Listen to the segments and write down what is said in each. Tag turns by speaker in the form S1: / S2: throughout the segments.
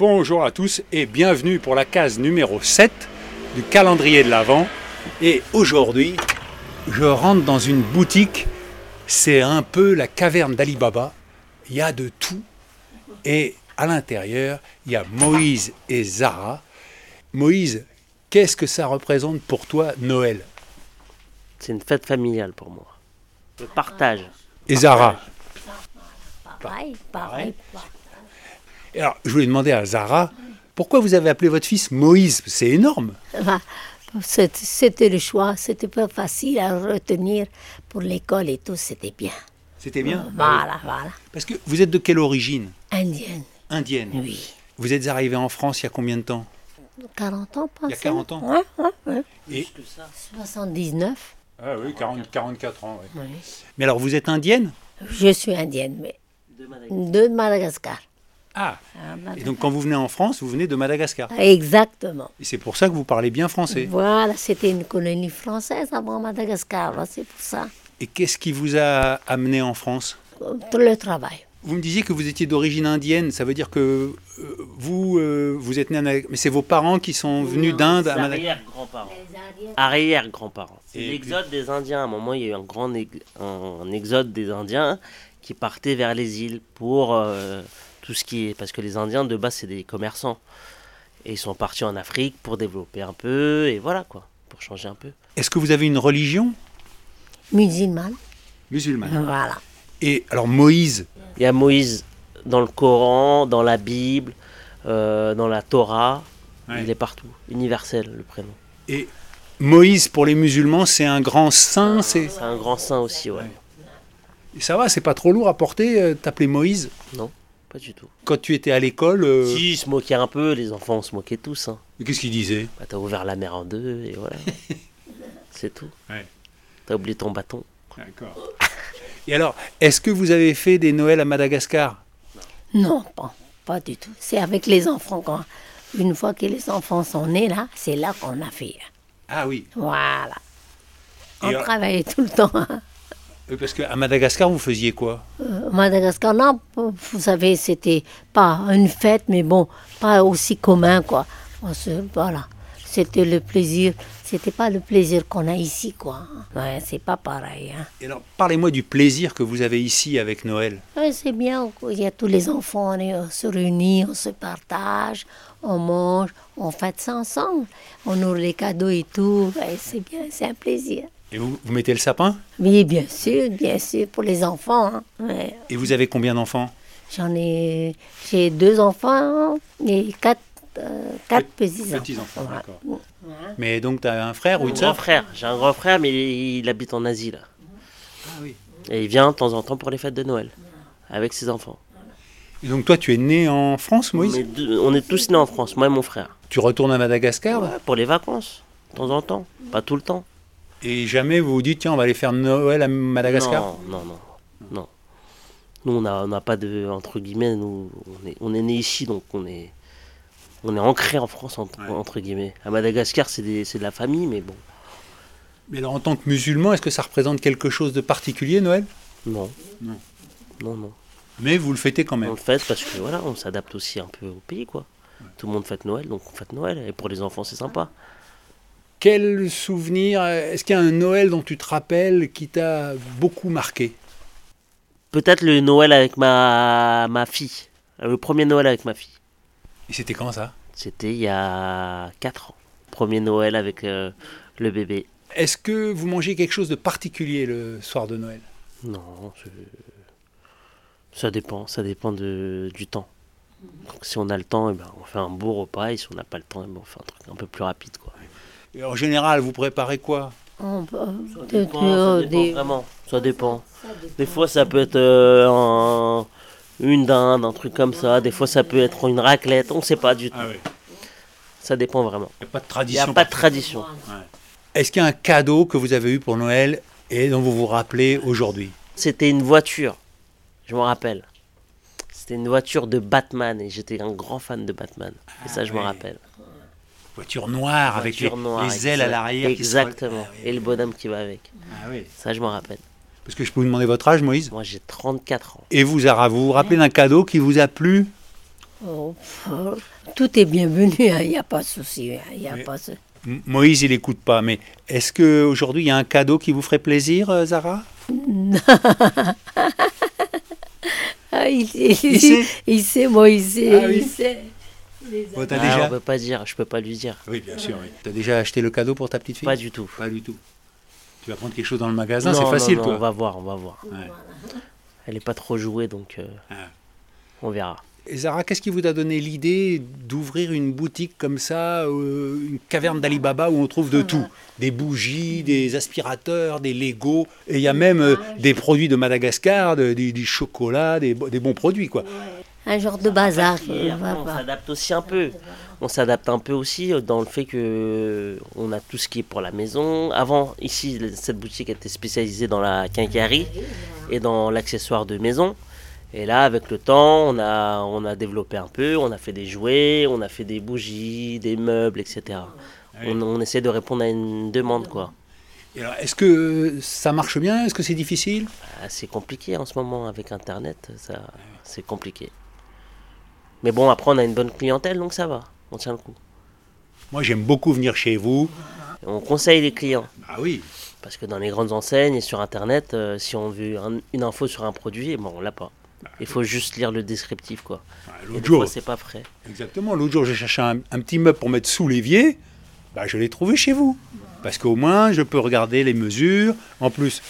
S1: Bonjour à tous et bienvenue pour la case numéro 7 du calendrier de l'Avent. Et aujourd'hui, je rentre dans une boutique. C'est un peu la caverne d'Alibaba. Il y a de tout. Et à l'intérieur, il y a Moïse et Zara. Moïse, qu'est-ce que ça représente pour toi Noël
S2: C'est une fête familiale pour moi. Le partage.
S1: et Zara
S3: Pareil, pareil.
S1: Et Alors, je voulais demander à Zara, pourquoi vous avez appelé votre fils Moïse C'est énorme.
S3: Bah, c'est- C'était le choix, c'était pas facile à retenir pour l'école et tout, c'était bien.
S1: C'était bien
S3: Voilà, voilà.
S1: Parce que vous êtes de quelle origine
S3: Indienne,
S1: Indienne.
S3: oui.
S1: Vous êtes arrivé en France il y a combien de temps
S3: 40 ans, pas
S1: Il y a 40 ans.
S3: Ouais, ouais, ouais.
S1: Et...
S3: 79.
S1: Ah oui, 40, 44 ans. ouais.
S3: Oui.
S1: Mais alors, vous êtes indienne
S3: Je suis indienne, mais de Madagascar.
S1: Ah Et donc, quand vous venez en France, vous venez de Madagascar.
S3: Exactement.
S1: Et c'est pour ça que vous parlez bien français.
S3: Voilà, c'était une colonie française avant Madagascar, voilà, c'est pour ça.
S1: Et qu'est-ce qui vous a amené en France
S3: Le travail.
S1: Vous me disiez que vous étiez d'origine indienne. Ça veut dire que euh, vous, euh, vous êtes né à Madagascar. Mais c'est vos parents qui sont venus d'Inde à Madagascar.
S2: Arrière-grands-parents. Arrière-grands-parents. C'est
S1: Et-
S2: l'exode des Indiens. À un moment, il y a eu un grand ex- un exode des Indiens qui partaient vers les îles pour euh, tout ce qui est. Parce que les Indiens, de base, c'est des commerçants. Et ils sont partis en Afrique pour développer un peu, et voilà quoi, pour changer un peu.
S1: Est-ce que vous avez une religion
S3: Musulmane,
S1: musulmane
S3: voilà.
S1: Et alors, Moïse,
S2: Il y a Moïse dans le Coran, dans la Bible, euh, dans la Torah.
S1: Ouais.
S2: Il est partout. Universel, le prénom.
S1: Et Moïse pour les musulmans, c'est un grand saint. C'est
S2: C'est un grand saint aussi, ouais.
S1: ça va, c'est pas trop lourd à porter. euh, T'appeler Moïse
S2: Non, pas du tout.
S1: quand tu étais à l'école. euh,
S2: Si, ils se moquaient un peu, les enfants, on se moquait tous. Hein.
S1: mais Qu'est-ce qu'il disait
S2: Bah, t'as ouvert la mer en deux, et voilà. C'est tout.
S1: Ouais.
S2: T'as oublié ton bâton.
S1: D'accord. Et alors, est-ce que vous avez fait des Noëls à Madagascar
S3: Non, pas, pas du tout. C'est avec les enfants. Quand, une fois que les enfants sont nés, là, c'est là qu'on a fait.
S1: Ah oui,
S3: Voilà. On
S1: Et alors-
S3: travaillait tout le temps. hein.
S1: euh, parce qu'à Madagascar, vous faisiez quoi
S3: Euh, Madagascar, non, vous savez, c'était pas une fête, mais bon, pas aussi commun, quoi. On se, voilà. C'était le plaisir. C'était pas le plaisir qu'on a ici, quoi. Ouais, c'est pas pareil. hein.
S1: Et alors, parlez-moi du plaisir que vous avez ici avec Noël.
S3: Ouais, Ah, c'est bien, il y a tous les enfants, on, est- on se réunit, on se partage, on mange, on fête ça ensemble, on ouvre les cadeaux et tout, Ouais, c'est bien, c'est un plaisir.
S1: Et vous, vous mettez le sapin
S3: Oui, bien sûr, bien sûr, pour les enfants. hein. Ouais.
S1: Et vous avez combien d'enfants
S3: J'en ai, j'ai deux enfants et quatre, euh, quatre petits-enfants.
S1: petits-enfants,
S3: Ouais.
S1: d'accord. Mais donc, t'as un frère ou
S2: Mon
S1: une
S2: grand
S1: sœur
S2: frère, j'ai un grand frère, mais il, il habite en Asie, là.
S1: Ah oui.
S2: Et il vient de temps en temps pour les fêtes de Noël, avec ses enfants.
S1: Et donc, toi, tu es né en France, Moïse
S2: On, est deux- on est tous nés en France, moi et mon frère.
S1: Tu retournes à Madagascar
S2: Ouais, pour les vacances, de temps en temps, pas tout le temps.
S1: Et jamais vous vous dites, tiens, on va aller faire Noël à Madagascar
S2: Non, non, non. non. Nous, on n'a on n'a pas de. Entre guillemets, nous, on est, on est né ici, donc on est. On est ancré en France, entre,
S1: Ouais.
S2: entre guillemets. À Madagascar, c'est des- c'est de la famille, mais bon.
S1: Mais alors, en tant que musulman, est-ce que ça représente quelque chose de particulier, Noël
S2: Non.
S1: Non.
S2: Non, non.
S1: Mais vous le fêtez quand
S2: On
S1: même.
S2: le fête parce que voilà, on s'adapte aussi un peu au pays, quoi. Tout le monde fête Noël, donc on fête Noël. Et pour les enfants, c'est sympa.
S1: Quel souvenir euh, Est-ce qu'il y a un Noël dont tu te rappelles qui t'a beaucoup marqué
S2: Peut-être le Noël avec ma, ma fille. Euh, Le premier Noël avec ma fille.
S1: Et c'était quand ça
S2: C'était il y a 4 ans. Premier Noël avec euh, le bébé.
S1: Est-ce que vous mangez quelque chose de particulier le soir de Noël
S2: Non, je- ça dépend, ça dépend de, du temps. Donc, si on a le temps, eh ben, on fait un beau repas, et si on n'a pas le temps, eh ben, on fait un truc un peu plus rapide. Quoi.
S1: Et En général, vous préparez quoi
S3: On peut-
S2: Ça
S3: de-
S2: dépend,
S3: de-
S2: ça
S3: des-
S2: dépend vraiment, ça dépend. Des fois, ça peut être euh, un- une dinde, un truc comme ça. Des fois, ça peut être une raclette, on ne sait pas du tout.
S1: oui.
S2: Ça dépend vraiment.
S1: Il n'y Ah a pas de
S2: Il n'y a
S1: tradition.
S2: pas de tradition.
S1: Est-ce qu'il y a un cadeau que vous avez eu pour Noël et dont vous vous rappelez aujourd'hui
S2: C'était une voiture, je m'en rappelle. C'était une voiture de Batman et j'étais un grand fan de Batman. Et ça, je m'en
S1: Ah ouais.
S2: rappelle.
S1: Voiture noire avec les,
S2: Voiture noire,
S1: les
S2: exact-
S1: ailes à l'arrière. qui se relèvent.
S2: Exactement. Et le bonhomme qui va avec.
S1: Ah oui.
S2: Ça, je m'en rappelle.
S1: Parce que je peux vous demander votre âge, Moïse
S2: Moi, j'ai 34 ans.
S1: Et vous, Zara, vous vous rappelez d'un cadeau qui vous a plu
S3: Oh, Oh, pff, tout est bienvenu, il n'y a pas de souci. hein, y a
S1: Mais-
S3: pas de-
S1: M- Moïse, il n'écoute pas, mais est-ce qu'aujourd'hui, il y a un cadeau qui vous ferait plaisir, euh, Zara
S3: Ah, il, il-
S1: Il sait
S3: il sait, moi, il sait.
S1: Ah oui.
S3: il sait. Les
S1: Oh, t'as
S2: Ah,
S1: déjà...
S2: on peut pas dire, je peux pas lui dire.
S1: Oui, bien sûr. Oui. Tu as déjà acheté le cadeau pour ta petite fille
S2: Pas du tout.
S1: Pas du tout. Tu vas prendre quelque chose dans le magasin,
S2: Non,
S1: c'est
S2: non,
S1: facile,
S2: non,
S1: toi.
S2: On va voir, on va voir.
S1: Ouais.
S2: Elle est pas trop jouée, donc euh,
S1: Ah.
S2: on verra.
S1: Et Zara, qu'est-ce qui vous a donné l'idée d'ouvrir une boutique comme ça, euh, une caverne d'Alibaba où on trouve de tout Des bougies, des aspirateurs, des Legos, et il y a même euh, des produits de Madagascar, de- du, du chocolat, des, bo- des bons produits, quoi.
S3: Un genre de bazar. euh,
S2: Et
S3: on
S2: après,
S3: va
S2: on
S3: voir.
S2: s'adapte aussi un peu. On s'adapte un peu aussi euh, dans le fait que euh, on a tout ce qui est pour la maison. Avant, ici, le- cette boutique était spécialisée dans la quincaillerie et dans l'accessoire de maison. Et là, avec le temps, on a, on a développé un peu, on a fait des jouets, on a fait des bougies, des meubles, etc. On, on essaie de répondre à une demande, quoi.
S1: Et alors, Est-ce que euh, ça marche bien Est-ce que c'est difficile
S2: Ah, C'est compliqué en ce moment avec Internet, ça, c'est compliqué. Mais bon, après, on a une bonne clientèle, donc ça va, on tient le coup.
S1: Moi, j'aime beaucoup venir chez vous.
S2: Et On conseille les clients,
S1: Ah oui,
S2: parce que dans les grandes enseignes et sur Internet, euh, si on veut un- une info sur un produit, bon, on l'a pas. Il faut juste lire le descriptif, quoi. Et
S1: Bah, l'autre
S2: des
S1: jour.
S2: fois, c'est pas frais.
S1: Exactement. L'autre jour, j'ai cherché un, un petit meuble pour mettre sous l'évier. Bah, je l'ai trouvé chez vous. Parce qu'au moins, je peux regarder les mesures. En plus,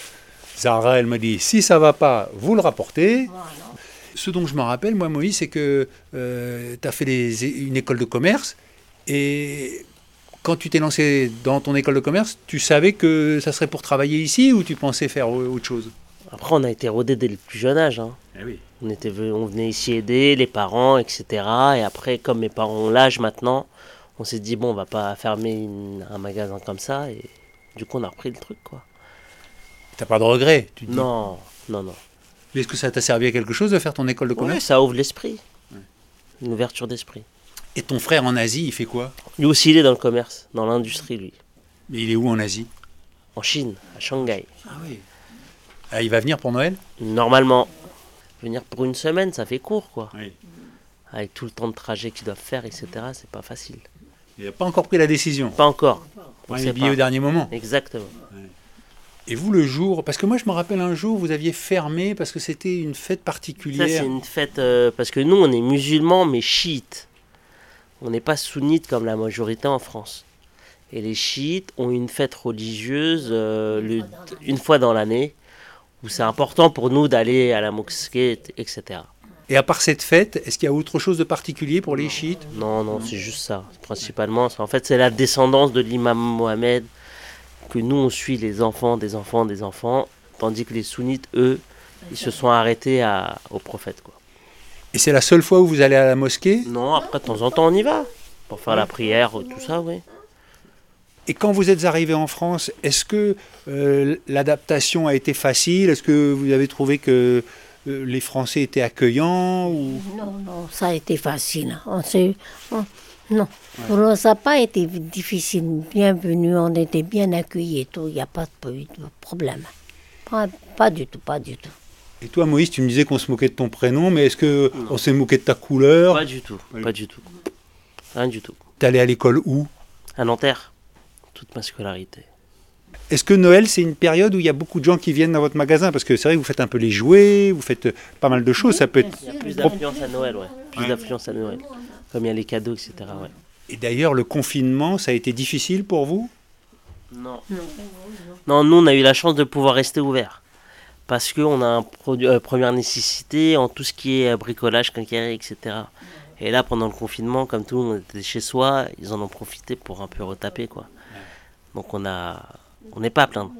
S1: Zara, elle m'a dit si ça va pas, vous le rapportez. Ce dont je me rappelle, moi, Moïse, c'est que tu as fait des é- une école de commerce. Et quand tu t'es lancé dans ton école de commerce, tu savais que ça serait pour travailler ici ou tu pensais faire au- autre chose
S2: Après, on a été rodé dès le plus jeune âge. hein.
S1: oui.
S2: On, était, ve- on venait ici aider les parents, etc. Et après, comme mes parents ont l'âge maintenant, on s'est dit, bon, on va pas fermer une- un magasin comme ça. Et du coup, on a repris le truc, quoi.
S1: T'as pas de regrets tu te dis.
S2: Non, non, non.
S1: Est-ce que ça t'a servi à quelque chose de faire ton école de
S2: Ouais,
S1: commerce
S2: ça ouvre l'esprit. Une ouverture d'esprit.
S1: Et ton frère en Asie, il fait quoi
S2: Lui aussi, il est dans le commerce, dans l'industrie, lui.
S1: Mais il est où en Asie
S2: En Chine, à Shanghai.
S1: Ah oui. Ah, il va venir pour Noël
S2: Normalement, venir pour une semaine, ça fait court, quoi.
S1: Oui.
S2: Avec tout le temps de trajet qu'ils doivent faire, etc., c'est pas facile.
S1: Il n'a pas encore pris la décision.
S2: Pas encore. On
S1: Ouais, il
S2: sait
S1: est lié
S2: pas.
S1: au dernier moment.
S2: Exactement.
S1: Et vous, le jour Parce que moi, je me rappelle un jour, vous aviez fermé parce que c'était une fête
S2: Ça,
S1: particulière.
S2: c'est une fête. euh, parce que nous, on est musulmans, mais chiites. On n'est pas sunnites comme la majorité en France. Et les chiites ont une fête religieuse euh, le- une fois dans l'année, où c'est important pour nous d'aller à la mosquée, et- etc.
S1: Et à part cette fête, est-ce qu'il y a autre chose de particulier pour les chiites
S2: Non, non, c'est juste ça. Principalement, c'est- en fait, c'est la descendance de l'imam Mohamed que nous, on suit les enfants, des enfants, des enfants, tandis que les sunnites, eux, ils se sont arrêtés à, au prophète. Quoi.
S1: Et c'est la seule fois où vous allez à la mosquée
S2: Non, après, de temps en temps, on y va pour faire la prière, euh, tout ça, oui.
S1: Et quand vous êtes arrivé en France, est-ce que euh, l'adaptation a été facile Est-ce que vous avez trouvé que euh, les Français étaient accueillants ou...
S3: Non, non, ça a été facile. hein. On s'est- on- non, Pour nous, ça n'a pas été difficile. Bienvenue, on était bien accueillis et tout. Il n'y a pas de eu de problème. Pas, pas du tout, pas du tout.
S1: Et toi, Moïse, tu me disais qu'on se moquait de ton prénom, mais est-ce que on s'est moqué de ta couleur
S2: Pas du tout, pas du tout. Rien du tout.
S1: T'allais à l'école où
S2: À Nanterre, toute ma scolarité.
S1: Est-ce que Noël, c'est une période où il y a beaucoup de gens qui viennent dans votre magasin Parce que c'est vrai que vous faites un peu les jouets, vous faites euh, pas mal de choses, ça peut être...
S2: Il y a plus d'affluence à Noël, ouais. Plus d'affluence à Noël. Comme il y a les cadeaux, etc., ouais.
S1: Et d'ailleurs, le confinement, ça a été difficile pour vous
S2: Non. Non, nous, on a eu la chance de pouvoir rester ouvert. Parce qu'on a un produit euh, première nécessité en tout ce qui est euh, bricolage, quincaillerie, etc. Et là, pendant le confinement, comme tout le monde était chez soi, ils en ont profité pour un peu retaper, quoi. Donc on a, on n'est pas à plaindre.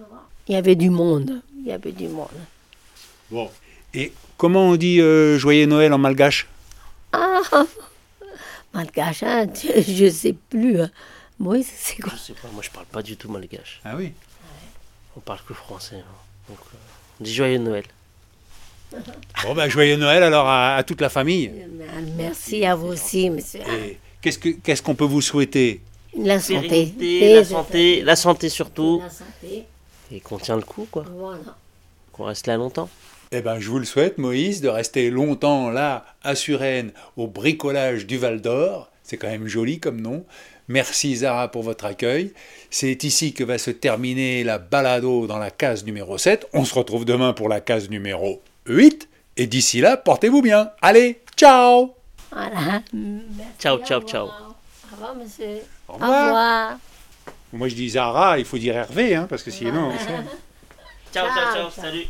S3: Il y avait du monde. Il y avait du monde.
S1: Bon. Et comment on dit euh, Joyeux Noël en malgache
S3: Ah Malgache, hein, tu- je ne sais plus. hein. Moïse, c'est quoi
S2: Je sais pas, moi je parle pas du tout malgache.
S1: Ah oui
S2: On parle que français. hein. Donc, euh, on dit joyeux Noël.
S1: Bon, ben, Joyeux Noël alors à, à toute la famille.
S3: Merci à vous aussi, monsieur.
S1: Et qu'est-ce que- qu'est-ce qu'on peut vous souhaiter
S3: La santé.
S2: Sérénité, la santé, la santé surtout.
S3: La santé.
S2: Et qu'on tient le coup, quoi.
S3: Voilà.
S2: Qu'on reste là longtemps.
S1: Eh ben, je vous le souhaite, Moïse, de rester longtemps là, à Suresnes, au bricolage du Val d'Or. C'est quand même joli comme nom. Merci Zara pour votre accueil. C'est ici que va se terminer la balado dans la case numéro 7. On se retrouve demain pour la case numéro 8. Et d'ici là, portez-vous bien. Allez, ciao
S3: Voilà. hein.
S2: Mm, Ciao, ciao, ciao.
S3: Au revoir, monsieur.
S1: Au
S3: Au revoir.
S1: Moi je dis Zara, il faut dire Hervé, hein, parce que sinon...
S2: Ciao, ciao,
S3: Ciao,
S2: ciao.
S3: ciao.
S2: Salut.